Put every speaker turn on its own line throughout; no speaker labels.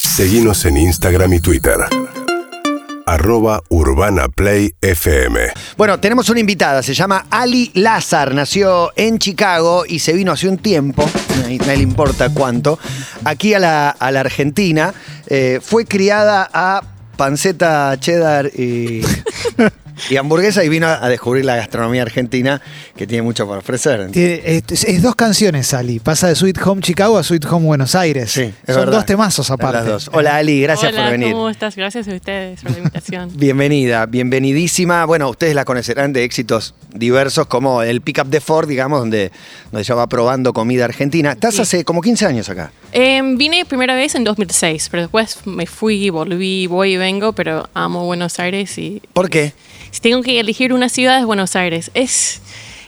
Seguimos en Instagram y Twitter. Arroba Urbana Play FM.
Bueno, tenemos una invitada, se llama Ali Lazar, nació en Chicago y se vino hace un tiempo, nadie nadie le importa cuánto, aquí a la, a la Argentina. Eh, fue criada a panceta cheddar y, y hamburguesa y vino a a descubrir la gastronomía argentina que tiene mucho para ofrecer.
Tiene- es, es dos canciones, Ali. Pasa de Sweet Home Chicago a Sweet Home Buenos Aires.
Sí, es
Son
verdad.
dos temazos
Las
aparte.
dos. Hola Ali, gracias
Hola,
por venir.
¿cómo estás? Gracias a ustedes por la invitación.
Bienvenida, bienvenidísima. Bueno, ustedes la conocerán de éxitos diversos como el Pick Up de Ford, digamos, donde, donde ella va probando comida argentina. Estás
Sí.
hace como 15 años acá.
Eh, vine primera vez en 2006, pero después me fui, volví, voy y vengo, pero amo Buenos Aires y
¿Por qué?
si tengo que elegir una ciudad es Buenos Aires. Es,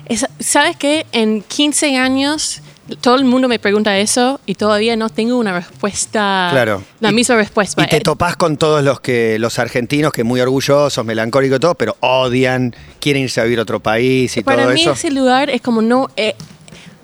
es- ¿Sabes qué? En 15 años todo el mundo me pregunta eso y todavía no tengo una respuesta,
Claro.
la
Y-
misma respuesta.
Y te
Eh,
topás con todos los que los argentinos que muy orgullosos, melancólicos y todo, pero odian, quieren irse a vivir a otro país y
Para
todo
mí
eso.
ese lugar es como no... eh,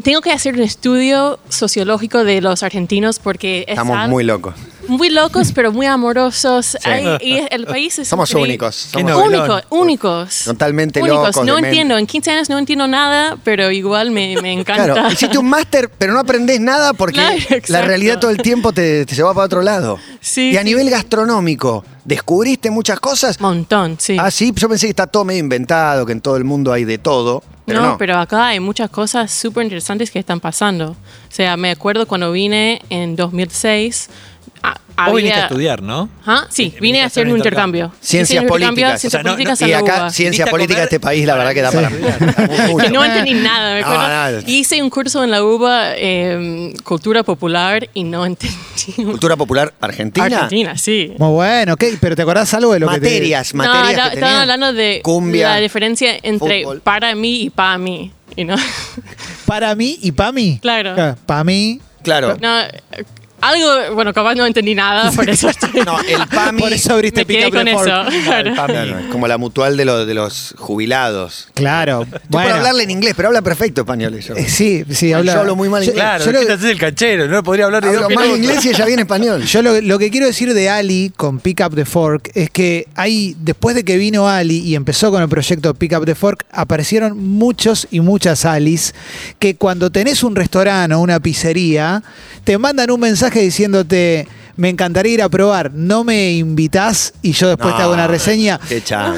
tengo que hacer un estudio sociológico de los argentinos porque es
Estamos
al-
muy locos.
muy locos, pero muy amorosos. Ay, y el país es
Somos
increíble.
únicos.
Qué
Somos
noble.
Único,
Novelón.
únicos.
Totalmente
únicos.
locos,
No
demente.
entiendo, en 15 años no entiendo nada, pero igual me, me encanta.
Claro, hiciste un máster, pero no aprendés nada porque
Claro,
la
exacto.
realidad todo el tiempo te, te lleva para otro lado.
Sí,
y a
sí.
nivel gastronómico, ¿descubriste muchas cosas?
montón, sí.
Ah, sí, yo pensé que está todo medio inventado, que en todo el mundo hay de todo. Pero no,
no, pero acá hay muchas cosas súper interesantes que están pasando. O sea, me acuerdo cuando vine en 2006. a-
Vos viniste a
había-
estudiar, ¿no?
Ajá, Sí,
Viniste
vine a hacer un intercambio. Hice
Ciencias
un intercambio,
políticas.
Ciencias
O sea, no- no-
políticas
y
a la
acá,
UBA.
ciencia
Viniste a
política de
comer-
este país, la verdad que da
Sí.
para...
Y no entendí nada, me
No,
acuerdo.
nada.
Hice un curso en la UBA, eh, Cultura Popular, y no entendí.
Cultura popular argentina.
Argentina, sí.
Muy bueno, ¿qué? pero ¿te acordás algo de lo
Materias,
No,
materias
la-
que tenía.
estaban hablando de
Cumbia.
la diferencia entre
fútbol.
para mí y para mí. y no,
que te. Para mí y para mí.
Claro.
Para mí.
Claro.
no, eh, algo, bueno, capaz no entendí nada, por eso estoy-
No, el PAMI...
Por eso abriste
me quedé
Pick Up
con
the Fork.
eso,
Claro, el PAMI.
Claro, es como la mutual de, los de los jubilados.
Claro.
Tú
Bueno.
por hablarle en inglés, pero habla perfecto español ella.
Eh, Sí, sí,
Yo
habla.
hablo muy mal
Yo-
inglés.
Claro,
yo
¿de
lo-
¿qué te haces el canchero? No podría hablar de
Hablo
dos
mal
minutos.
inglés y ella bien español.
Yo lo, lo que quiero decir de Ali con Pick Up the Fork es que hay, después de que vino Ali y empezó con el proyecto Pick Up the Fork, aparecieron muchos y muchas Alis que cuando tenés un restaurante o una pizzería, te mandan un mensaje diciéndote, me encantaría ir a probar, no me invitás y yo después te hago una
No,
reseña.
Qué chan.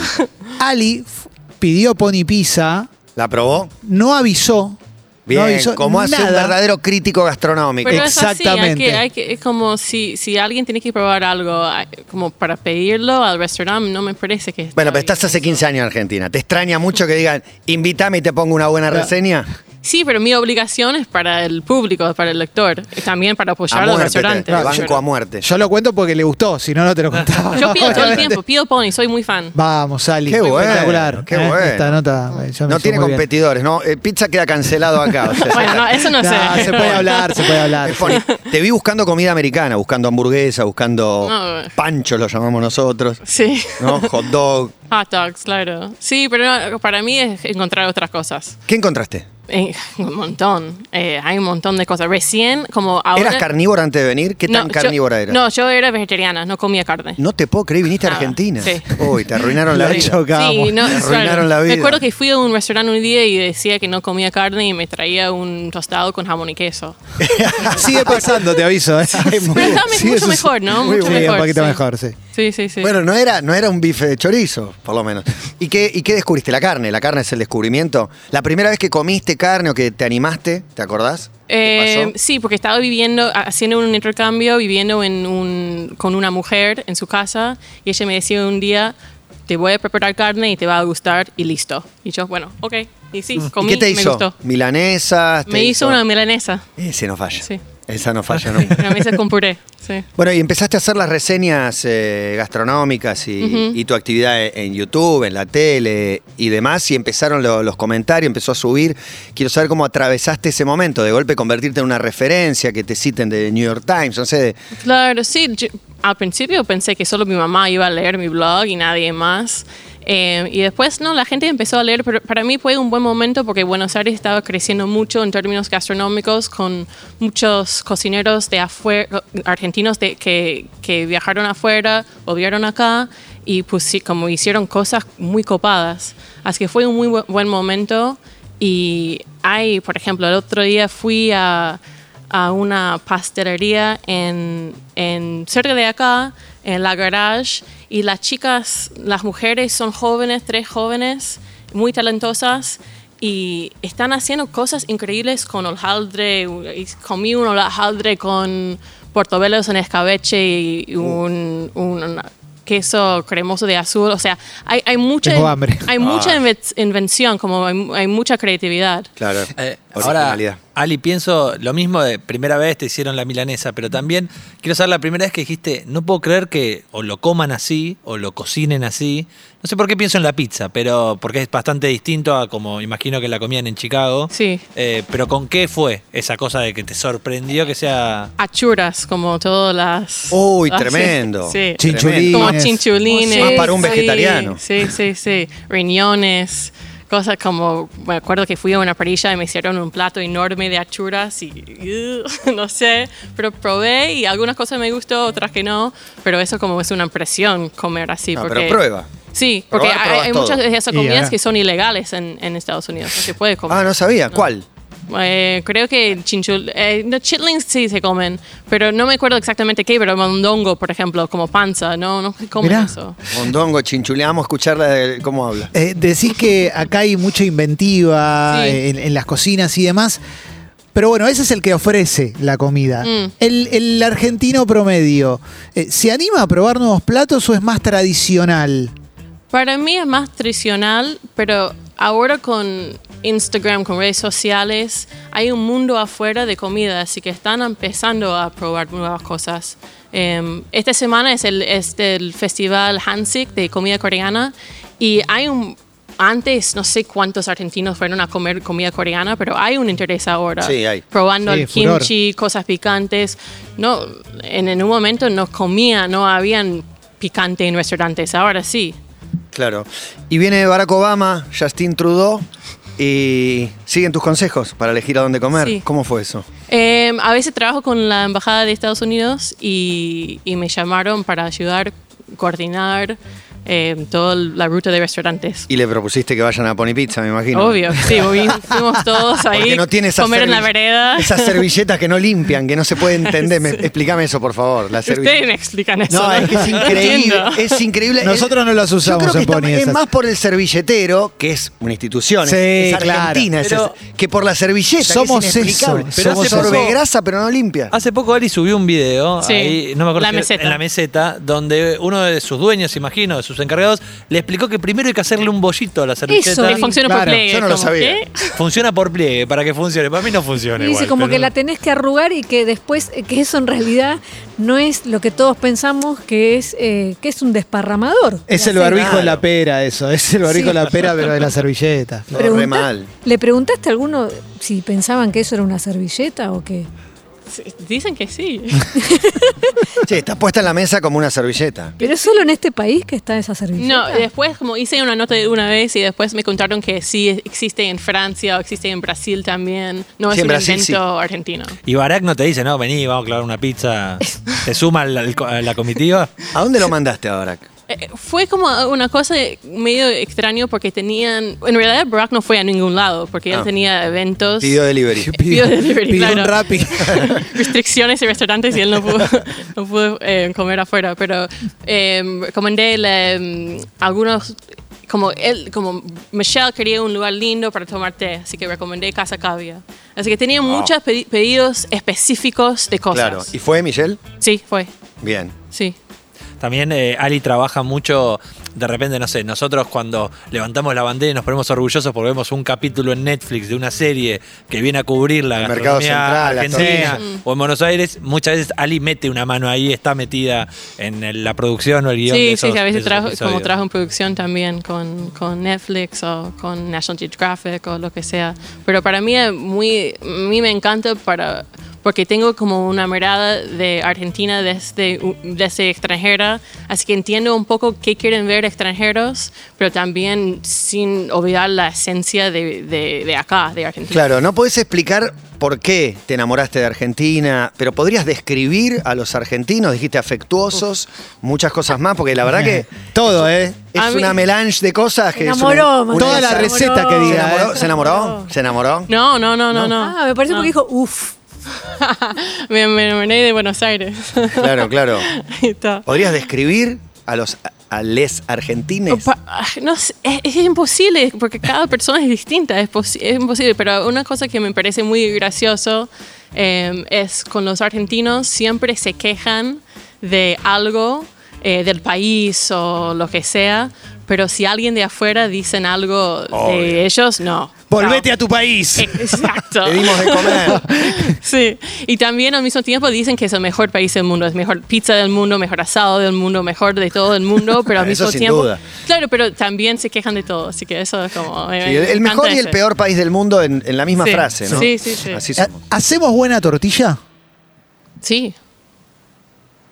Ali f- pidió Pony Pizza,
¿La probó?
no avisó.
Bien,
no avisó
como hace un
nada.
verdadero crítico gastronómico.
Pero es así, hay
Exactamente.
que- hay que- es como si, si alguien tiene que probar algo hay- como para pedirlo al restaurante, no me parece que... está
Bueno, pero
bien
estás hace
eso.
15 años en Argentina. ¿Te extraña mucho que digan, invítame y te pongo una buena reseña?
Sí, pero mi obligación es para el público, para el lector, y también
A
para apoyar al
muerte, te,
restaurante.
te banco a muerte.
Yo lo cuento porque le gustó, si no, no te lo contaba.
Yo pido todo el
Obviamente.
tiempo, pido pony, soy muy fan.
Vamos, Ali.
Qué bueno,
Espectacular.
qué
¿eh?
bueno.
Esta nota. eh, ya me
No
hizo
tiene
muy bien.
competidores, ¿no? Eh, pizza queda cancelado acá. o sea,
Bueno, no, eso no,
Nah,
sé.
se puede hablar, se puede hablar.
Me pone- Te vi buscando comida americana, buscando hamburguesa, buscando
No. eh.
pancho, lo llamamos nosotros,
Sí.
¿no? Hot dog.
Hot dogs, claro. Sí, pero no, para mí es encontrar otras cosas.
¿Qué encontraste?
Eh, un montón. Eh, hay un montón de cosas. Recién, como ahora...
¿Eras carnívora antes de venir? ¿Qué
No,
tan
yo-
carnívora eras?
No, yo era vegetariana, no comía carne.
No te puedo creer, viniste a
Nada,
Argentina.
sí.
Uy, te arruinaron la
La
vida.
choca. Acabamos.
Sí, no,
Te
claro.
arruinaron la vida.
Me acuerdo que fui a un restaurante un día y decía que no comía carne y me traía un tostado con jamón y queso.
Sigue pasando, te aviso. ¿eh?
Pero está me-
Sigue
mucho
sus-
mejor, ¿no?
Muy
Mucho
bien,
mejor,
un poquito
sí.
mejor, sí.
Sí, sí, sí.
Bueno, no era, no era un bife de chorizo, por lo menos. ¿Y qué, ¿Y qué descubriste? La carne, la carne es el descubrimiento. La primera vez que comiste carne o que te animaste, ¿te acordás? ¿Qué
Eh,
pasó?
sí, porque estaba viviendo, ha- haciendo un intercambio, viviendo en un, con una mujer en su casa y ella me decía un día, te voy a preparar carne y te va a gustar y listo. Y yo, bueno, ok. Y sí,
Mm. ¿Y
comí,
qué te
me
hizo?
gustó.
¿Milanesas? te Eh,
Me hizo una milanesa,
Ese no falla.
Sí.
Esa no falla nunca.
una mesa con puré. Sí.
Bueno, y empezaste a hacer las reseñas eh, gastronómicas y, y tu actividad e, en, en YouTube, en la tele y demás, y empezaron lo- los comentarios, empezó a subir. Quiero saber cómo atravesaste ese momento, de golpe convertirte en una referencia, que te citen de New York Times, no sé, de-
Claro, sí. yo- al principio pensé que solo mi mamá iba a leer mi blog y nadie más. Eh, y después, no, la gente empezó a leer, pero para mí fue un buen momento porque Buenos Aires estaba creciendo mucho en términos gastronómicos con muchos cocineros de afuera, argentinos de, que, que viajaron afuera, volvieron acá y pues como hicieron cosas muy copadas. Así que fue un muy bu- buen momento y hay, por ejemplo, el otro día fui a, a una pastelería en, en cerca de acá, en la garage, y las chicas, las mujeres son jóvenes, tres jóvenes, muy talentosas. Y están haciendo cosas increíbles con hojaldre. y Comí un hojaldre con portobelos en escabeche y un- un queso cremoso de azul. O sea, hay, hay mucha,
Tengo hambre.
hay mucha inve- invención, como hay, hay mucha creatividad.
Claro.
Eh, ahora,
originalidad.
Ali, pienso lo mismo de primera vez te hicieron la milanesa, pero también quiero saber la primera vez que dijiste, no puedo creer que o lo coman así o lo cocinen así. No sé por qué pienso en la pizza, pero porque es bastante distinto a como imagino que la comían en Chicago.
Sí.
Eh, pero ¿con qué fue esa cosa de que te sorprendió que sea...
Achuras, como todas las...
Uy,
Ah, sí,
tremendo.
sí.
Chinchulines.
Como chinchulines.
Más Ah, para un
sí,
vegetariano.
Sí, sí, sí. Riñones. Cosas como, me acuerdo que fui a una parrilla y me hicieron un plato enorme de achuras y ugh, no sé, pero probé y algunas cosas me gustó, otras que no, pero eso como es una impresión comer así.
No,
porque,
pero prueba.
Sí, porque
Probar,
hay,
probás
hay
todo.
muchas de esas
Y
comidas
ahora-
que son ilegales en, en Estados Unidos, no se puede comer.
Ah, no sabía. ¿Cuál?
Eh, creo que chinchul, eh, no, chitlins sí se comen, pero no me acuerdo exactamente qué, pero mondongo, por ejemplo, como panza, no, no se comen
Mirá.
eso.
Mondongo, chinchuleamos, escucharla de cómo habla.
Eh, decís que acá hay mucha inventiva
Sí.
en, en las cocinas y demás. Pero bueno, ese es el que ofrece la comida.
Mm.
El, el argentino promedio, eh, ¿se anima a probar nuevos platos o es más tradicional?
Para mí es más tradicional, pero ahora con Instagram, con redes sociales, hay un mundo afuera de comida, así que están empezando a probar nuevas cosas. Em, esta semana es el, es el festival Hansik de comida coreana y hay un... Antes no sé cuántos argentinos fueron a comer comida coreana, pero hay un interés ahora.
Sí, hay.
Probando
Sí,
el
furor.
kimchi, cosas picantes. No, en, en un momento no comía, no habían picante en restaurantes, ahora sí.
Claro. Y viene Barack Obama, Justin Trudeau, y siguen tus consejos para elegir a dónde comer.
Sí.
¿Cómo fue eso?
Eh, a veces trabajo con la Embajada de Estados Unidos y, y me llamaron para ayudar, coordinar eh, toda la ruta de restaurantes.
Y le propusiste que vayan a Pony Pizza, me imagino.
Obvio, sí, obvio, fuimos todos ahí,
Porque no tiene esas
comer en la
servi-
vereda.
Esas servilletas que no limpian, que no se puede entender. Me- explícame eso, por favor. La servi-
Ustedes me explican eso.
No, es que es increíble.
entiendo.
es increíble.
Nosotros no las
Yo
usamos
creo que
en
está-
Pony
Es
esas.
más por el servilletero, que es una institución, es-
Sí,
es,
claro.
argentina, es-
Pero-
es- que por la servilleta. que
Somos
es inexplicable.
eso,
Pero
somos
hace sorbe
eso.
grasa, pero no limpia.
Hace poco Ari subió un video,
Sí,
ahí, no me acuerdo
la
si era-
meseta.
en la meseta, donde uno de sus dueños, imagino, de sus encargados, le explicó que primero hay que hacerle un bollito a la servilleta.
Eso.
Que funciona por
Claro,
pliegue.
yo no lo
como,
sabía.
¿qué?
Funciona por pliegue, para que funcione. Para mí no funciona.
Y dice
igual,
como
pero-
que la tenés que arrugar y que después, eh, que eso en realidad no es lo que todos pensamos que es, eh, que es un desparramador.
Es el
La
barbijo
cena.
de la pera, eso. Es el barbijo de
Sí.
la pera, pero de la servilleta.
No,
Pregunta-
re mal.
¿Le preguntaste a alguno si pensaban que eso era una servilleta o qué?
Sí, Dicen que sí.
Sí, está puesta en la mesa como una servilleta.
Pero es solo en este país que está esa servilleta.
No, después como hice una nota de una vez y después me contaron que sí existe en Francia o existe en Brasil también. No
Sí,
es
en
un
Brasil sí.
invento argentino.
Y Barak no te dice, no, vení, vamos a clavar una pizza. ¿Te suma al- al co- a la comitiva?
¿A dónde lo mandaste ahora?
Eh, Fue como una cosa medio extraño porque tenían... En realidad Barack no fue a ningún lado porque
Ah.
él tenía eventos.
Pidió delivery.
Pidió delivery,
pidió
claro.
un Rappi.
restricciones y restaurantes y él no pudo, no pudo, eh, comer afuera, pero eh, recomendé le, mm, algunos, como él, como Michelle quería un lugar lindo para tomar té, así que recomendé Casa Cavia. Así que tenía muchos pedi- pedidos específicos de cosas.
Claro. ¿Y fue Michelle?
Sí, fue,
Bien.
sí.
También eh, Ali trabaja mucho, de repente, no sé, nosotros cuando levantamos la bandera y nos ponemos orgullosos porque vemos un capítulo en Netflix de una serie que viene a cubrir la
El mercado
gastronomía
central, las
argentina
Mm.
o en Buenos Aires, muchas veces Ali mete una mano ahí, está metida en el- la producción o el guión de
Sí,
esos-
sí, a
de
veces
esos
trabajo, como
episodios.
trabajo en producción también con, con Netflix o con National Geographic o lo que sea. Pero para mí, es muy, a mí me encanta para porque tengo como una mirada de Argentina desde, desde extranjera, así que entiendo un poco qué quieren ver extranjeros, pero también sin olvidar la esencia de, de- de acá, de Argentina.
Claro, no podés explicar por qué te enamoraste de Argentina, pero podrías describir a los argentinos, dijiste afectuosos, muchas cosas más, porque la verdad que
Todo, ¿eh?
A
es
mí-
una melange de cosas que
Se
es
enamoró,
una-
Matías,
una-
Toda la
se
receta
enamoró.
que
¿Se
diga,
enamoró? ¿eh? ¿Se enamoró? ¿Se enamoró?
No, no, no, no, no.
Ah, me parece
No.
porque dijo, uff.
me me enamoré de Buenos Aires.
Claro, claro.
Ahí está.
¿Podrías describir a los a les argentines?
Pa- ah, no sé, es, es imposible porque cada persona es distinta, es, posi- es imposible, pero una cosa que me parece muy gracioso eh, es con los argentinos siempre se quejan de algo eh, del país o lo que sea, pero si alguien de afuera dicen algo de ellos, no.
Volvete a tu
Eh,
país.
Exacto.
Le dimos de comer.
Sí, y también al mismo tiempo dicen que es el mejor país del mundo, es mejor pizza del mundo, mejor asado del mundo, mejor de todo el mundo, pero al
Eso
mismo
sin
tiempo...
duda.
Claro, pero también se quejan de todo, así que eso es como... me-
Sí,
me
el, el
encanta
mejor y el
eso.
peor país del mundo en, en la misma
Sí,
frase, ¿no?
sí, sí, sí.
Así somos.
Eh, ¿Hacemos buena tortilla?
Sí.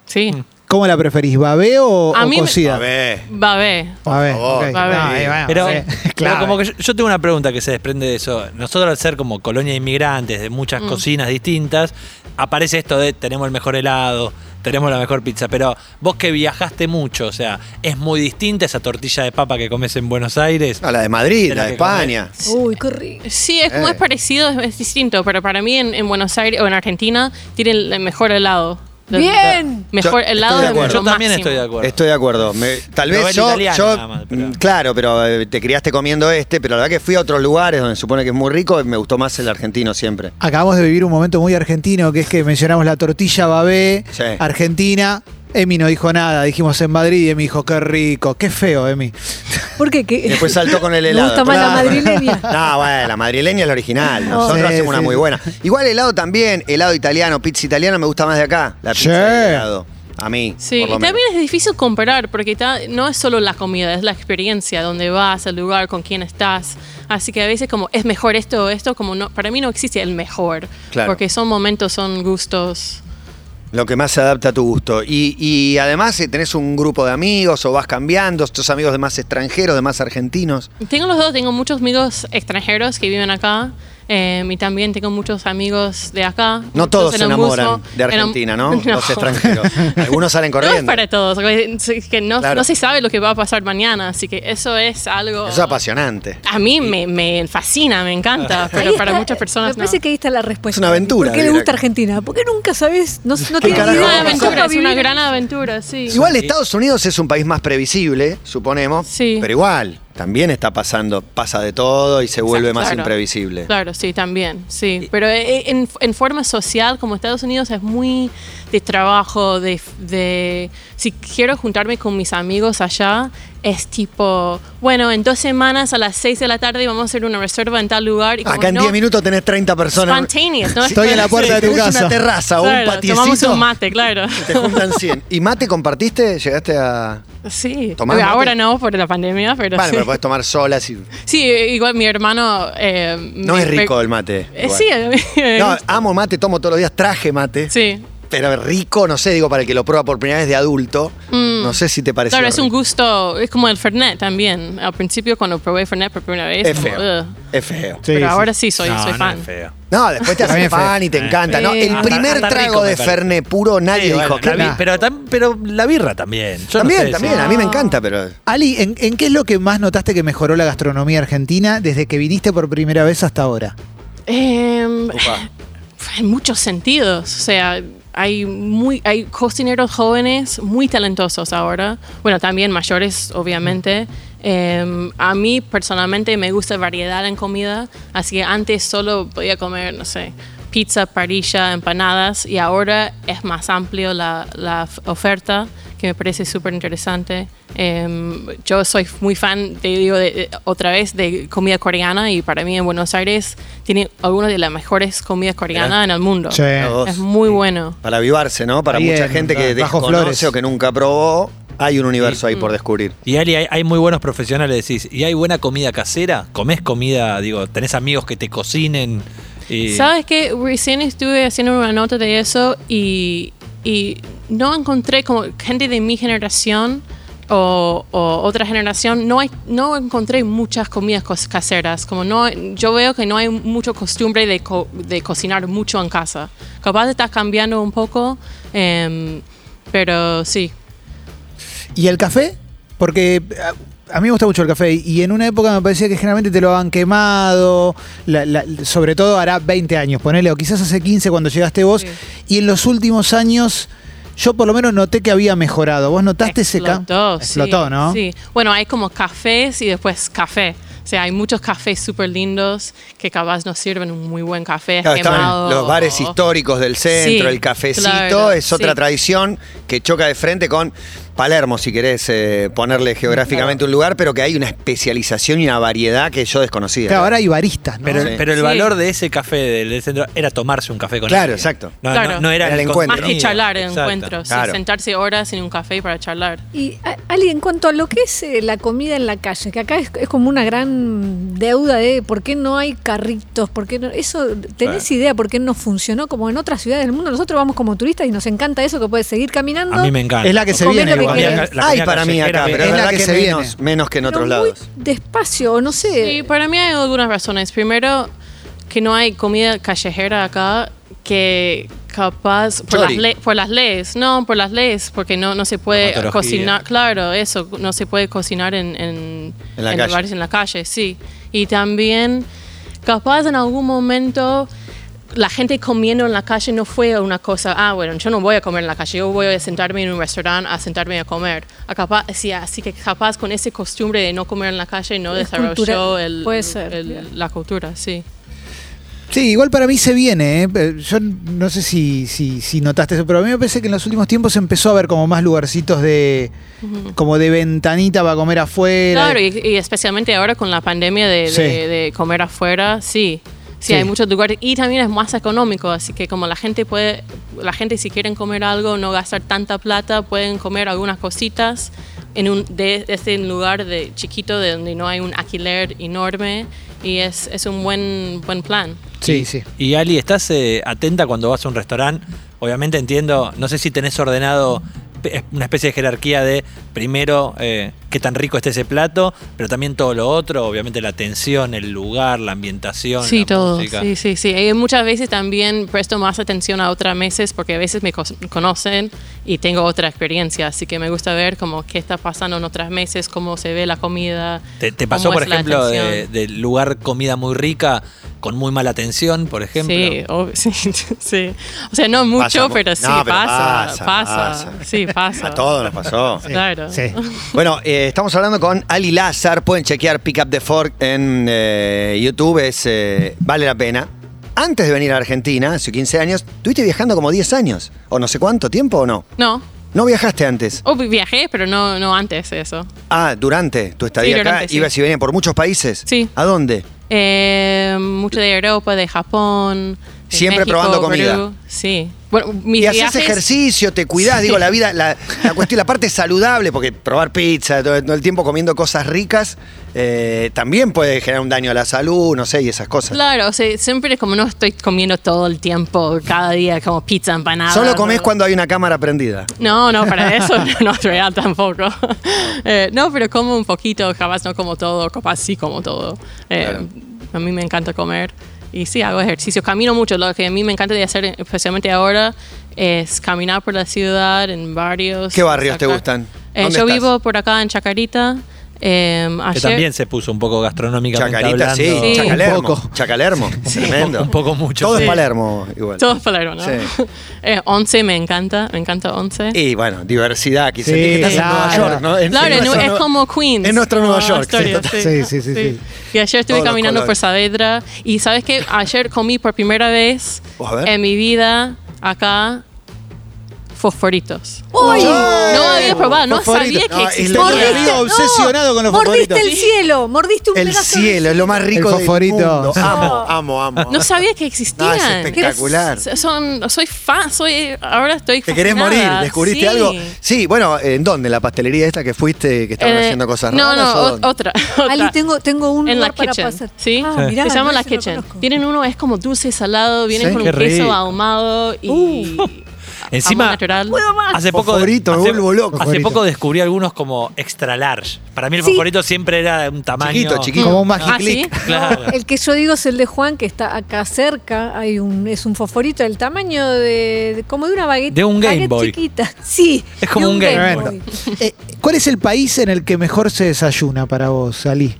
Sí.
¿Cómo la preferís? ¿Babeo o,
A
o
mí me-
cocida?
A ver.
Babé.
Babé,
favor.
ok.
Babé.
No, ahí va,
Pero,
Ah, sí.
pero
Claro.
como que yo, yo tengo una pregunta que se desprende de eso. Nosotros al ser como colonia de inmigrantes de muchas
Mm.
cocinas distintas, aparece esto de tenemos el mejor helado, tenemos la mejor pizza, pero vos que viajaste mucho, o sea, es muy distinta esa tortilla de papa que comes en Buenos Aires.
No, la de Madrid,
De
la
la
de
que comés.
España.
Uy, qué rico.
Sí, es como
Eh.
es parecido, es, es distinto, pero para mí en, en Buenos Aires o en Argentina tienen el mejor helado. Del-
Bien.
Mejor
Yo-
helado
estoy de
de
acuerdo.
Yo también estoy de acuerdo.
Estoy de acuerdo. Me- tal
Pero
vez
el
yo,
italiano
yo-
nada más, pero-
mm, claro, pero eh, te criaste comiendo este, pero la verdad que fui a otros lugares donde se supone que es muy rico y me gustó más el argentino siempre.
Acabamos de vivir un momento muy argentino, que es que mencionamos la tortilla babé,
Sí.
argentina. Emi no dijo nada, dijimos en Madrid y Emi dijo, qué rico, qué feo, Emi.
¿Por qué? ¿Qué?
Y después saltó con el helado.
Me gusta más la
Claro.
madrileña.
No, bueno, la madrileña es la original. Nosotros
Sí,
hacemos una
sí.
muy buena. Igual helado también, helado italiano, pizza italiana me gusta más de acá. La pizza
Sí.
de helado. A mí.
Sí,
por
y
lo menos.
también es difícil comparar porque ta- no es solo la comida, es la experiencia, dónde vas, el lugar, con quién estás. Así que a veces como es mejor esto o esto, como no, para mí no existe el mejor,
Claro.
porque son momentos, son gustos.
Lo que más se adapta a tu gusto. Y, y además eh, tenés un grupo de amigos o vas cambiando, estos amigos de más extranjeros, de más argentinos.
Tengo los dos, tengo muchos amigos extranjeros que viven acá. eh, y también tengo muchos amigos de acá.
No
muchos
todos se
en el
enamoran
musgo,
de
en el-
Argentina, ¿no? Los extranjeros. Algunos salen
No es
corriendo.
para todos, es que no,
Claro.
no se sabe lo que va a pasar mañana, así que eso es algo...
Eso es apasionante.
A mí me, me fascina, me encanta, pero
Ahí
para
está,
muchas
Me
personas no.
parece que ahí está la respuesta.
Es una aventura,
¿Por qué le
dirá.
gusta Argentina? Porque nunca sabes. No, no
¿Qué
tienes
carajo
es
va a
una
pasar?
aventura, es una
Vivir.
gran aventura, sí.
Igual Estados Unidos es un país más previsible, suponemos.
Sí.
Pero igual, también está pasando, pasa de todo y se vuelve más
Claro.
imprevisible.
Claro, sí, también, sí. Pero eh, en, en forma social, como Estados Unidos es muy de trabajo, de, de- Si quiero juntarme con mis amigos allá, es tipo, bueno, en dos semanas a las seis de la tarde vamos a hacer una reserva en tal lugar. Y como
Acá en
no,
10 minutos tenés 30 personas.
Spontaneous, ¿no?
Estoy en la puerta de tu
Tenés
casa.
una terraza o un
Claro,
patiecito.
tomamos un mate, claro.
Te juntan 100. ¿Y mate compartiste? ¿Llegaste a...?
Sí.
¿Tomás mate?
Ahora no, por la pandemia, pero
Bueno,
sí.
pero podés tomar solas y...
Sí, igual mi hermano... eh,
No
me-
es rico el mate.
Eh,
igual.
sí, a mí me
No,
gusta.
amo mate, tomo todos los días, traje mate.
sí.
Pero rico, no sé, digo, para el que lo prueba por primera vez de adulto.
Mm.
No sé si te parece.
Claro, es un gusto, es como el Fernet también. Al principio cuando probé Fernet por primera vez,
Es
como,
feo.
"Ugh".
Es feo.
Sí,
pero
sí.
ahora sí soy,
No,
soy
no
fan.
es feo.
No, después te
También
haces
es feo.
fan y te encanta. ¿no?
Sí.
El
Hasta-
primer
hasta Ah, rico
trago
me
de
parece.
Fernet puro, nadie
Sí, bueno,
dijo.
la
"Qué
vi-
rico".
pero, tam- pero la birra también. Yo no
también,
sé,
también,
sí.
a mí me encanta, pero...
Ali, ¿en, en qué es lo que más notaste que mejoró la gastronomía argentina desde que viniste por primera vez hasta ahora?
Em, en muchos sentidos, o sea, hay muy hay cocineros jóvenes muy talentosos ahora, bueno, también mayores obviamente. Em, a mí personalmente me gusta variedad en comida, así que antes solo podía comer, no sé, pizza, parrilla, empanadas y ahora es más amplio la, la f- oferta que me parece súper interesante. Em, yo soy muy fan, te digo de- de- otra vez, de comida coreana y para mí en Buenos Aires tiene algunas de las mejores comidas coreanas en el mundo.
Sí.
Dos.
Es muy bueno.
Para avivarse, ¿no? Para
Ahí
mucha
en-
gente que
bajo
desconoce
flores.
o que nunca probó, hay un universo
Mm.
ahí por descubrir.
Y Ali, hay, hay muy buenos profesionales, decís. ¿Y hay buena comida casera? ¿Comés comida, digo, tenés amigos que te cocinen? Y-
¿Sabes qué? Recién estuve haciendo una nota de eso y, y no encontré como gente de mi generación o, o otra generación, no, hay, no encontré muchas comidas cos- caseras. Como no, yo veo que no hay mucha costumbre de, co- de cocinar mucho en casa. Capaz está cambiando un poco, em, pero sí.
¿Y el café? Porque a, a mí me gusta mucho el café y en una época me parecía que generalmente te lo han quemado, la- la- sobre todo hará 20 años, ponele, o quizás hace 15 cuando llegaste vos,
Sí.
y en los últimos años yo por lo menos noté que había mejorado. ¿Vos notaste ese
Explotó,
cambio?
sí,
Explotó, ¿no?
Sí. Bueno, hay como cafés y después café. O sea, hay muchos cafés súper lindos que capaz nos sirven un muy buen café
Claro, estaban
quemado.
los bares
o-
históricos del centro,
Sí,
el cafecito,
claro,
es otra
sí.
tradición que choca de frente con Palermo, si querés eh, ponerle geográficamente un lugar, pero que hay una especialización y una variedad que yo desconocía.
Claro, ahora hay baristas, ¿no?
Pero,
Sí.
pero el
Sí.
valor de ese café del, del centro era tomarse un café con
Claro,
alguien.
exacto.
No,
Claro.
no- no era,
Era el
contenido.
Más que charlar,
Exacto.
encuentros. sí,
Claro.
sentarse horas en un café para charlar.
Y a- Ali, en cuanto a lo que es eh, la comida en la calle, que acá es, es como una gran deuda de por qué no hay carritos, por qué no, eso, ¿tenés idea por qué no funcionó como en otras ciudades del mundo? Nosotros vamos como turistas y nos encanta eso, que puedes seguir caminando.
A mí me encanta.
Es la que se
Comé
viene.
lo que
igual.
comida
querés.
ca- la
hay
comida
para mí
callejera
acá, pero
es
es
la
verdad
que
que,
se
menos,
viene.
menos que en
pero
otros
muy
lados.
despacio, no sé.
Sí, para mí hay algunas razones. Primero, que no hay comida callejera acá que capaz por las,
Chori.
le- por las leyes, no, por las leyes, porque no, no se puede
Dermatología.
cocinar, claro, eso, no se puede cocinar en, en,
En la
en
calle.
lugares en la calle, sí. Y también, capaz en algún momento la gente comiendo en la calle no fue una cosa, ah, bueno, yo no voy a comer en la calle, yo voy a sentarme en un restaurante a sentarme a comer. A capa- sí, así que capaz con esa costumbre de no comer en la calle no
Es
desarrolló
cultura-
el-
puede ser,
el-
bien.
la cultura, sí.
Sí, igual para mí se viene. ¿eh? Pero Yo no sé si, si, si notaste eso, pero a mí me parece que en los últimos tiempos empezó a haber como más lugarcitos de. como de ventanita para comer afuera.
Claro, y, y especialmente ahora con la pandemia de, de-
Sí.
de comer afuera, sí. Sí,
Sí.
hay muchos lugares y también es más económico, así que como la gente puede, la gente si quieren comer algo, no gastar tanta plata, pueden comer algunas cositas en un de, este lugar de chiquito de donde no hay un alquiler enorme y es, es un buen buen plan.
Sí, sí.
Y Ali, ¿estás eh, atenta cuando vas a un restaurante? Obviamente entiendo, no sé si tenés ordenado pe- una especie de jerarquía de primero eh, qué tan rico esté ese plato, pero también todo lo otro, obviamente la atención, el lugar, la ambientación,
Sí,
la
todo.
música.
Sí, sí, sí. Y muchas veces también presto más atención a otras mesas porque a veces me cos- conocen y tengo otra experiencia. Así que me gusta ver como qué está pasando en otras mesas, cómo se ve la comida.
¿Te, te
cómo
pasó, por
es la
ejemplo, de,
atención.
de lugar comida muy rica con muy mala atención, por ejemplo?
Sí, ob- sí, sí. O sea, no mucho,
Pasa mu-
pero sí
No, pero
pasa,
pasa,
pasa,
pasa.
Sí, pasa.
A todos nos pasó.
Claro.
Sí.
Bueno, eh, estamos hablando con Ali Lázar. Pueden chequear Pick Up the Fork en eh, YouTube. Es, eh, vale la pena. Antes de venir a Argentina, hace 15 años, estuviste viajando como 10 años. O no sé cuánto tiempo o no.
No.
No viajaste antes.
O viajé, pero no, no antes de eso.
Ah, durante tu estadía
Sí,
acá,
durante, sí.
ibas y venías por muchos países.
Sí.
¿A dónde?
Eh, mucho de Europa, de Japón. de
Siempre
México,
probando comida.
Perú. Sí. Bueno, mis
y haces
viajes-
ejercicio, te cuidás,
Sí.
digo, la vida, la, la cuestión, la parte saludable, porque probar pizza, todo, todo el tiempo comiendo cosas ricas, eh, también puede generar un daño a la salud, no sé, y esas cosas.
Claro, o sea, siempre como no estoy comiendo todo el tiempo, cada día como pizza, empanada.
Solo comés cuando hay una cámara prendida.
No, no, para eso no, no es real tampoco. Eh, no, pero como un poquito, jamás no como todo, capaz sí como todo. Eh,
Claro.
A mí me encanta comer y sí, hago ejercicio, camino mucho. Lo que a mí me encanta de hacer, especialmente ahora, es caminar por la ciudad en barrios.
¿Qué barrios te
sacar-
gustan?
Eh,
¿Dónde
yo
estás?
vivo por acá en Chacarita. eh,
Que
ayer-
también se puso un poco gastronómicamente
Chacarita, sí,
hablando.
Sí.
Chacalermo.
Un poco.
Chacalermo, tremendo.
Un poco mucho.
Todo es
Sí.
Palermo igual.
Todos Palermo, ¿no?
Sí.
Eh, 11 me encanta, me encanta 11.
Y bueno, diversidad, quizás.
Sí,
estás en
claro.
Nueva York, ¿no? En-
Claro,
en
en-
nuestro
es
Nueva-
como Queens.
Es nuestro Nueva
como
York,
Astoria,
sí,
total. Sí, sí, sí, sí.
Y ayer estuve
Todos los
caminando por
colores.
Saavedra y sabes que ayer comí por primera vez
A ver.
en mi vida acá. fosforitos.
¡Uy!
No había probado, no
Fosforito.
sabía que
No,
existía.
Tengo un amigo obsesionado con los
mordiste el
fosforitos.
cielo, mordiste un
El
pedazo de-
cielo, es lo más rico del
fosforito.
mundo.
Sí.
Amo, amo, amo.
No sabía que
No,
existían.
Ah. es espectacular.
So- Son, soy fan, soy, ahora estoy
¿Te querés morir?
fascinada.
¿Descubriste
Sí.
algo? Sí, bueno, ¿en dónde? ¿En la pastelería esta que fuiste, que estaban
Eh,
haciendo cosas
no,
raras?
No,
o
o-
dónde?
otra, otra.
Ali, tengo, tengo un
en la
lugar para
kitchen,
pasar.
¿sí?
Ah, mirá,
Se llama
no,
la
ese no
kitchen.
conozco.
Tienen uno es como dulce salado, vienen
Sí.
con
Qué
un queso
rico.
ahumado y
Uh.
Encima,
amor natural.
Hace poco,
Fosforito, me
hace,
vuelvo loco.
hace poco descubrí algunos como extra large. Para mí el
Sí.
fosforito siempre era de un tamaño.
Chiquito, chiquito.
Como un
Ah,
magiclick.
sí.
Claro.
El que yo digo es el de Juan, que está acá cerca. Hay un, es un fosforito del tamaño de, de- como de una baguette.
De un Game
baguette
Boy.
chiquita. Sí.
Es como
de
un Game
Boy. Eh, ¿Cuál es el país en el que mejor se desayuna para vos, Ali?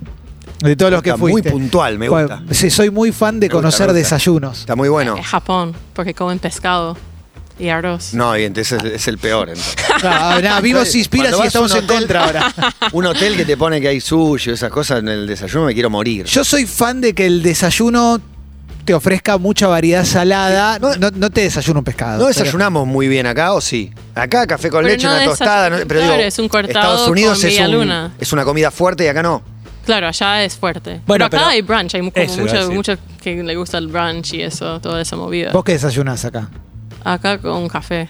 De todos los que
Está muy
fuiste.
puntual, me
Bueno,
gusta.
sí, soy muy fan
Me
de
gusta,
conocer
me gusta.
desayunos.
Está muy bueno.
Eh, Japón, porque comen pescado y arroz.
No, bien, ese es, es el peor. entonces.
No, no, vimos
Cuando
Ah, Inspira
vas
y
a
estamos
un
en
hotel-
contra ahora.
Un hotel que te pone que hay suyo, esas cosas en el desayuno, me quiero morir.
Yo soy fan de que el desayuno te ofrezca mucha variedad salada. No, no te desayuno un pescado.
¿No
pero-
desayunamos muy bien acá o sí? Acá café con
Pero
leche,
no
una
desay-
tostada, no- pero
claro,
digo,
es un cortado
Estados
con
Unidos es, un-
medialuna.
es una comida fuerte y acá no.
Claro, allá es fuerte.
Bueno,
Bueno, acá
pero-
hay brunch, hay mu- como
Eso iba a
mucho,
decir.
mucho que le gusta el brunch y eso, toda esa movida.
¿Vos qué desayunás acá?
Acá con café.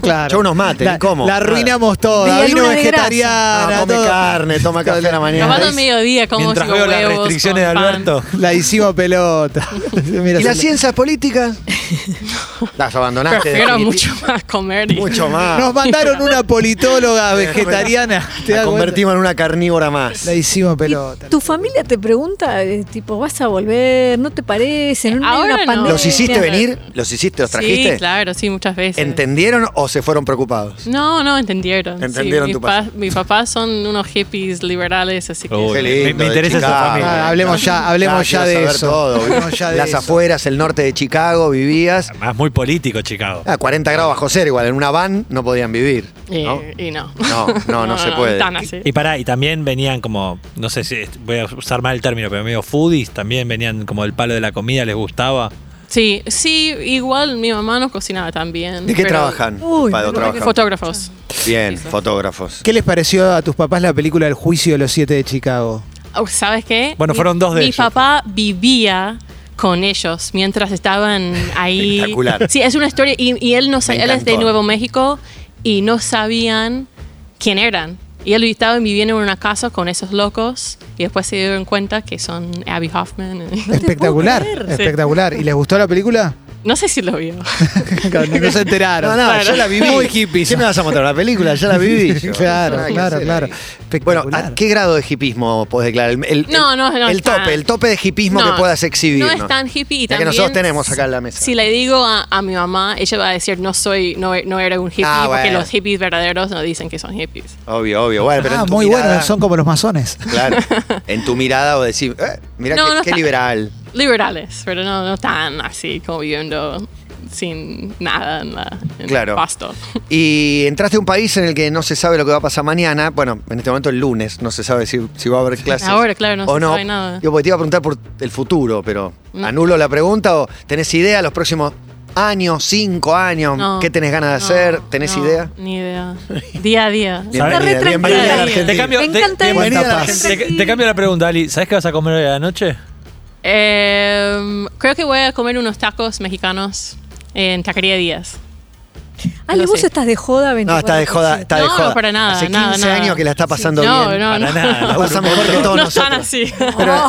claro.
Yo unos mates,
la,
¿cómo?
La arruinamos toda.
Media
Vino
luna de
No,
vegetariana,
come
todo.
carne, toma café a la mañana.
Acabando el mediodía, como
Mientras
si con
veo las
huevos,
restricciones de
con pan.
Alberto.
La hicimos pelota. Mira,
¿Y las
se-
ciencias políticas? Las abandonaste.
Prefiero
definitiv-
mucho más comer. y-
Mucho más.
Nos mandaron una politóloga vegetariana. ¿Te
la
das cuenta?
convertimos en una carnívora más.
La hicimos
Y
pelota.
tu familia te pregunta, eh, tipo, ¿vas a volver? ¿No te parece? ¿No hay
Ahora
una
no.
pandemia?
¿Los hiciste
Bien.
venir? ¿Los hiciste? ¿Los trajiste?
Sí, claro, sí, muchas veces.
¿Entendieron o se fueron preocupados?
No, no, entendieron.
Entendieron
Sí,
tu
mis pa-
paso.
mis papás son unos hippies liberales, así que...
Uy,
Oh, Qué
me,
lindo,
me
de
interesa esa
Chicago.
familia.
Ah, hablemos ya,
Ah,
hablemos ya
quiero
de
saber
eso.
todo, ¿viste?
Hablemos ya de
Las
eso.
afueras, el norte de Chicago, vivías.
Además, muy político, Chicago.
A 40 Ah, grados bajo cero, igual, en una van no podían vivir.
Y
¿no?
Eh, y no.
No, no, no se puede.
Tan así.
Y pará, y también venían como, no sé si voy a usar mal el término, pero medio foodies, también venían como del palo de la comida, les gustaba.
Sí, sí, igual mi mamá nos cocinaba también.
¿De qué
pero-
trabajan? Pado,
Uy, me acuerdo que
trabajan.
Fotógrafos.
Bien, fotógrafos.
¿Qué les pareció a tus papás la película El juicio de los siete de Chicago?
Oh, ¿Sabes qué?
Bueno,
Mi-
fueron dos de
Mi
ellos.
papá vivía con ellos mientras estaban ahí.
Espectacular.
Sí, es una historia. Y, y él no sa-
Me
él es de
encantó.
Nuevo México y no sabían quién eran. Y él estaba viviendo en una casa con esos locos y después se dieron cuenta que son Abby Hoffman.
Espectacular,
puedo creer.
espectacular. ¿Y les gustó la película?
No sé si lo vio.
no, no se
No,
enteraron.
no, yo la viví.
Muy hippies.
¿Qué me vas a mostrar? La película, ya la viví. Yo,
claro,
nada que
claro,
hacer
claro.
ahí. Bueno,
Espectacular.
¿a qué grado de hipismo podés declarar? El, el-
No, no, no
El
es tan-
tope, el tope de hipismo
No,
que puedas exhibir.
No es tan hippie. y
La que
también
nosotros tenemos acá en la mesa.
Si le digo a, a mi mamá, ella va a decir no soy, no, no era un hippie,
Ah,
porque
bueno.
los hippies verdaderos no dicen que son hippies.
Obvio, obvio. Bueno, pero
ah,
en tu
muy
mirada-
bueno, son como los masones.
Claro. En tu mirada o decir, eh, mira
No,
qué,
no
qué
está-
liberal.
Liberales, pero no, no tan así como viviendo sin nada en, la, en
Claro.
el pasto.
Y entraste a un país en el que no se sabe lo que va a pasar mañana. Bueno, en este momento el lunes, no se sabe si, si va a haber clases.
Ahora, claro, no
o
se
no.
sabe nada.
Yo porque te iba a preguntar por el futuro, pero
No.
anulo la pregunta o tenés idea los próximos años, cinco años,
No,
qué tenés ganas de
no,
hacer, tenés
no,
idea.
Ni idea. Día a día.
Está re
bienvenida a la
tranquila.
Argentina.
Te cambio,
Me
te-
encanta
te-
eso.
Bienvenida a la
te-
Argentina.
te, te cambio la pregunta, Ali. ¿Sabes qué vas a comer hoy a la noche?
Em, creo que voy a comer unos tacos mexicanos en Taquería Díaz.
Ali,
No
Ah, vos
sé.
estás de joda, 24
No, está de joda, está de
No, no,
joda.
para nada,
Hace 15
nada, nada.
años que la está pasando
No,
bien.
no,
Para
no.
nada.
La
laburo
pasa
un
mejor que
montón.
todos
No están
nosotros.
así.
Pero,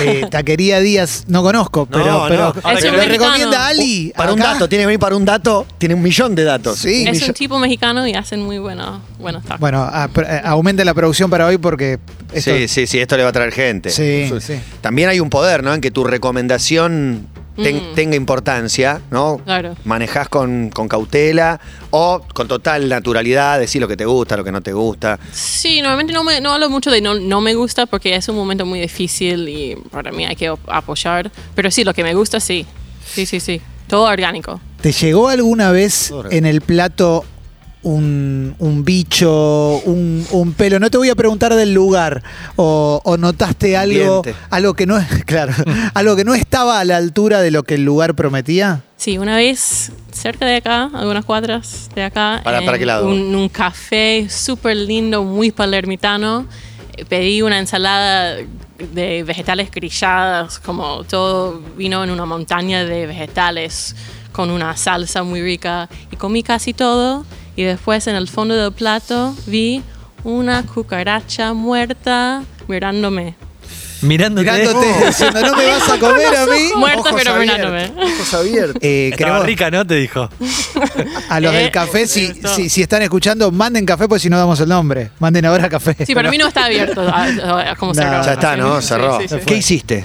eh, taquería Díaz, no conozco, pero,
No, no.
pero eh,
Ahora
Es
que
un
lo
le
mexicano.
recomienda Ali.
Para un
acá.
dato, tiene que venir para un dato, tiene un millón de datos.
Sí.
Es
millón.
un tipo mexicano y hacen muy bueno, buenos tacos.
Bueno, a- pr- eh, aumente la producción para hoy porque esto-
Sí, sí, sí, esto le va a traer gente.
Sí,
Eso es-
sí.
También hay un poder, ¿no? En que tu recomendación ten-
Mm.
tenga importancia, ¿no?
Claro.
Manejás con, con cautela o con total naturalidad, decís lo que te gusta, lo que no te gusta.
Sí, normalmente no, me, no hablo mucho de no, no me gusta porque es un momento muy difícil y para mí hay que op- apoyar. Pero sí, lo que me gusta, sí. Sí, sí, sí. Todo orgánico.
¿te llegó alguna vez
Ahora.
en el plato un, un bicho, un, un pelo. No te voy a preguntar del lugar o, o notaste algo,
Ambiente.
algo que no es- claro, algo que no estaba a la altura de lo que el lugar prometía.
Sí, una vez cerca de acá, algunas cuadras de acá,
¿Para-
en
para qué lado?
Un, un café súper lindo, muy palermitano, eh, pedí una ensalada de vegetales grilladas, como todo vino en una montaña de vegetales con una salsa muy rica y comí casi todo y después en el fondo del plato vi una cucaracha muerta mirándome.
Mirándote. Uh.
Mirándote, diciendo, no me vas a comer a mí.
Muerta
Ojos
pero
abiertos,
mirándome.
Ojos abiertos.
Eh,
Estaba
queremos-
rica, ¿no? Te dijo.
A los del
Eh,
café, si,
esto.
si, si están escuchando, manden café, pues si no damos el nombre. Manden ahora café.
Sí, para mí no está abierto. a- a- a como
No,
cerró.
ya está, ¿no?
Sí,
Cerró.
sí, sí.
¿Qué hiciste?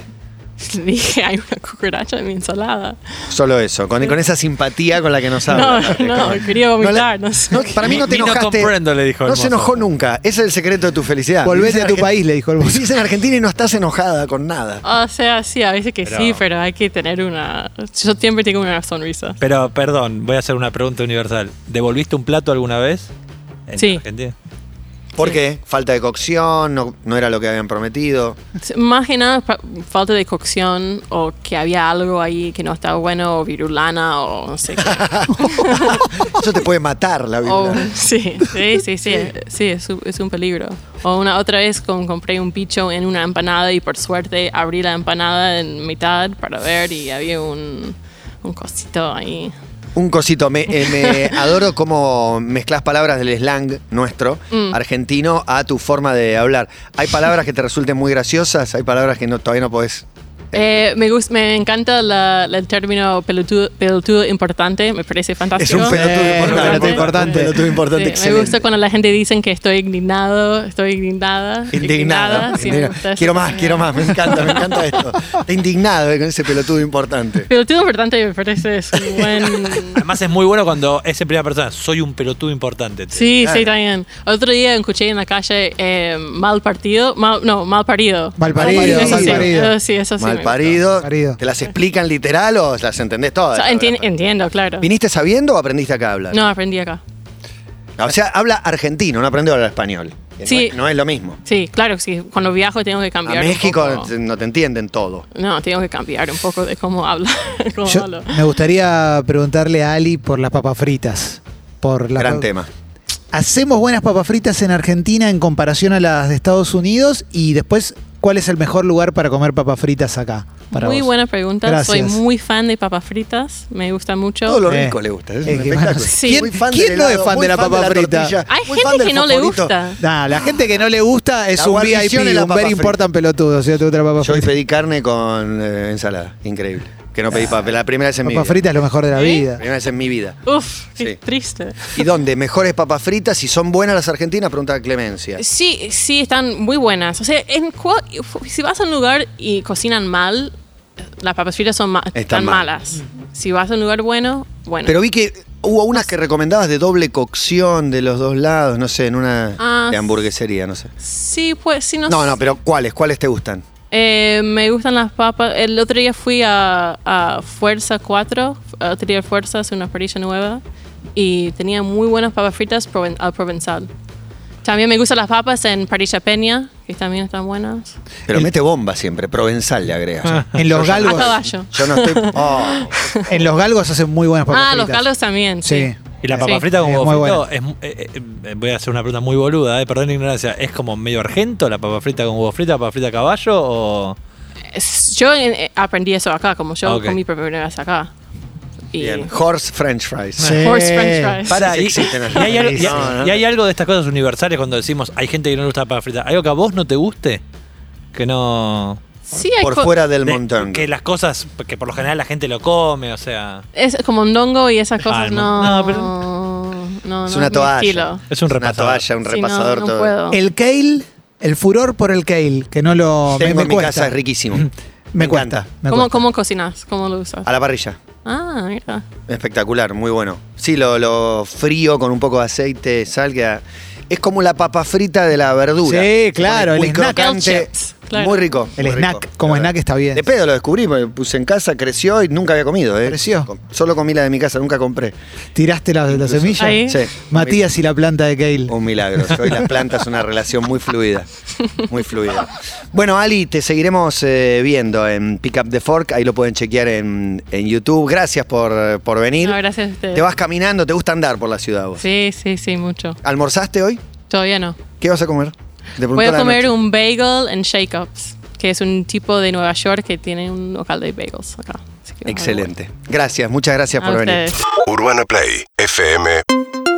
Dije, hay una cucaracha en mi ensalada.
Solo eso, con, con esa simpatía con la que nos habla.
No, no, quería vomitar, no sé.
para mí no te
Ni- ni no
enojaste.
comprendo, le dijo el
No se
mozo.
enojó nunca. Ese es el secreto de tu felicidad.
Volvete
Vivís
a
en
tu
Argen-
país, le dijo el mozo.
Vivís en Argentina y no estás enojada con nada.
O sea, sí, a veces que
Pero-
sí, pero hay que tener una... Yo siempre tengo una sonrisa.
Pero, perdón, voy a hacer una pregunta universal. ¿Devolviste un plato alguna vez? En
Sí.
Argentina?
¿Por
Sí.
qué? Falta de cocción, no, no era lo que habían prometido.
Más que nada fa- falta de cocción o que había algo ahí que no estaba bueno o virulana o no sé qué.
Eso te puede matar la vida.
O- sí, sí, sí, sí, sí, es un, es un peligro. O una otra vez con- compré un picho en una empanada y por suerte abrí la empanada en mitad para ver y había un, un cosito ahí.
Un cosito, me, eh, me adoro cómo mezclas palabras del slang nuestro,
Mm.
argentino, a tu forma de hablar. Hay palabras que te resulten muy graciosas, hay palabras que no, todavía no podés.
Eh, me, gus- me encanta la- la- el término pelotudo, pelotudo importante, me parece fantástico.
Es un pelotudo
Eh,
importante.
pelotudo importante.
Un pelotudo importante,
Sí, me
excelente.
gusta cuando la gente dicen que estoy indignado, estoy indignada.
Indignada.
sí, me
Indignada.
gusta eso
Quiero más,
también.
quiero más, me encanta, me encanta esto. Está indignado eh, con ese pelotudo importante.
Pelotudo importante me parece es un buen...
Además, es muy bueno cuando es en primera persona. Soy un pelotudo importante.
Sí,
Claro.
sí, también. Otro día escuché en la calle eh, mal partido, mal, no, mal parido.
Mal parido,
eso
mal
sí,
parido.
eso sí, eso sí. me
Mal
gustó.
parido.
Parido.
¿Te las explican literal o las entendés
O
todas?
sea, enti- entiendo, claro.
¿Viniste sabiendo o aprendiste acá a hablar?
No, aprendí acá.
O sea, habla argentino, no aprendió a hablar español. Que no
Sí.
es- No, es lo mismo.
Sí, claro, sí. Cuando viajo tengo que
A
cambiar. un
México
poco.
no te entienden todo.
No, tengo que cambiar un poco de cómo hablo. cómo
Yo-
hablo.
me gustaría preguntarle a Ali por las papas fritas. Por la
Gran tema.
¿Hacemos buenas papas fritas en Argentina en comparación a las de Estados Unidos? Y después, ¿cuál es el mejor lugar para comer papas fritas acá? Para
muy
vos?
buena pregunta. Soy
Gracias.
muy fan de papas fritas. Me gusta mucho.
Todo lo
Eh,
rico le gusta. Es
eh,
un
que
espectáculo.
bueno,
sí.
Muy
¿Quién-
fan del
quién no es
helado,
fan
muy
de la papa frita?
tortilla,
Hay
muy fan
gente
del
que no le
fosforito.
gusta.
Nah, la gente que no le gusta es
La
un
guarnición
VIP,
es la
un
papa
very
frita.
important pelotudo. Si no te gusta la papa
Yo hoy
frita.
pedí carne con eh, ensalada. Increíble. Que no pedí papel. La primera vez en mi vida.
Papa frita es lo mejor de la
¿Eh?
La
vida.
primera vez en mi vida.
Uf, qué
Sí.
triste.
¿Y dónde? ¿Mejores papas fritas? Si son buenas las argentinas, pregunta Clemencia.
Sí, sí, están muy buenas. O sea, en cua- si vas a un lugar y cocinan mal, las papas fritas son ma-
Están
están
mal.
malas. Si vas a un lugar bueno, bueno.
Pero vi que hubo unas que recomendabas de doble cocción de los dos lados, no sé, en una
Ah,
de hamburguesería, no sé.
sí, pues sí, no,
No,
sé.
no, pero ¿cuáles? ¿Cuáles te gustan?
Eh, me gustan las papas. El otro día fui a, a Fuerza 4, a Trier Fuerza, es una parrilla nueva, y tenía muy buenas papas fritas proven- al provenzal. También me gustan las papas en Parrilla Peña, que también están buenas.
Pero mete bomba siempre, provenzal le agregas.
Ah.
En los
A
galgos.
caballo.
Yo no estoy. oh,
En los galgos hacen muy buenas papas
Ah,
fritas.
los galos también, sí.
Sí.
Y la papa
Sí.
frita
Es
como
muy
huevo frito, es- eh, eh, eh, voy a hacer una pregunta muy boluda, eh, perdón la ignorancia, ¿es como medio argento la papa frita con huevo frita, papa frita a caballo o...?
Es- Yo eh, aprendí eso acá, como yo
Ah, ok.
comí por primera vez acá. Y
bien. Horse French fries.
Sí.
Horse French fries.
Pará,
Sí,
y,
existen
y hay algo, y-
No, no.
y hay algo de estas cosas universales cuando decimos hay gente que no le gusta la papa frita, ¿algo que a vos no te guste? Que no...
Sí, hay
Por
co-
fuera del
de-
montón.
Que las cosas, que por lo general la gente lo come, o sea...
Es como mondongo y esas cosas,
Palmo.
no.
No, pero-
no, no
Es
es
una
mi
toalla.
estilo.
Es un
Una
repasador.
toalla, un
Sí, no,
repasador
no
todo.
puedo.
El kale, el furor por el kale, que no lo. me-
Tengo
me,
en mi
cuesta.
casa, es riquísimo.
Me,
Me
cuesta.
encanta.
me
¿Cómo,
cuesta.
¿Cómo cocinas? ¿Cómo lo usas?
A la parrilla.
Ah, mira.
Espectacular, muy bueno. Sí, lo, lo frío con un poco de aceite, sal, que es como la papa frita de la verdura.
Sí, claro,
Se pone
el
muy
snack.
crocante.
Kale chips. Claro.
Muy rico.
El
muy
snack,
rico.
como snack está bien.
De pedo lo descubrí, me puse en casa, creció y nunca había comido. ¿eh?
Creció.
Com- Solo comí la de mi casa, nunca compré.
¿Tiraste la, la semilla?
Ahí.
Sí.
Matías y la planta de Kale.
Un milagro. Yo y las plantas una relación muy fluida. Muy fluida. Bueno, Ali, te seguiremos eh, viendo en Pick Up the Fork. Ahí lo pueden chequear en, en YouTube. Gracias por, por venir.
No, gracias a ustedes.
Te vas caminando, te gusta andar por la ciudad vos.
Sí, sí, sí, mucho.
¿Almorzaste hoy?
Todavía no.
¿Qué vas a comer? Te preguntó
Voy a
la
comer
noche.
un bagel en Shake Ups, que es un tipo de Nueva York que tiene un local de bagels acá. Así que vamos a ver.
Excelente. Gracias, muchas gracias
A
por venir.
ustedes.
Urbana Play fm.com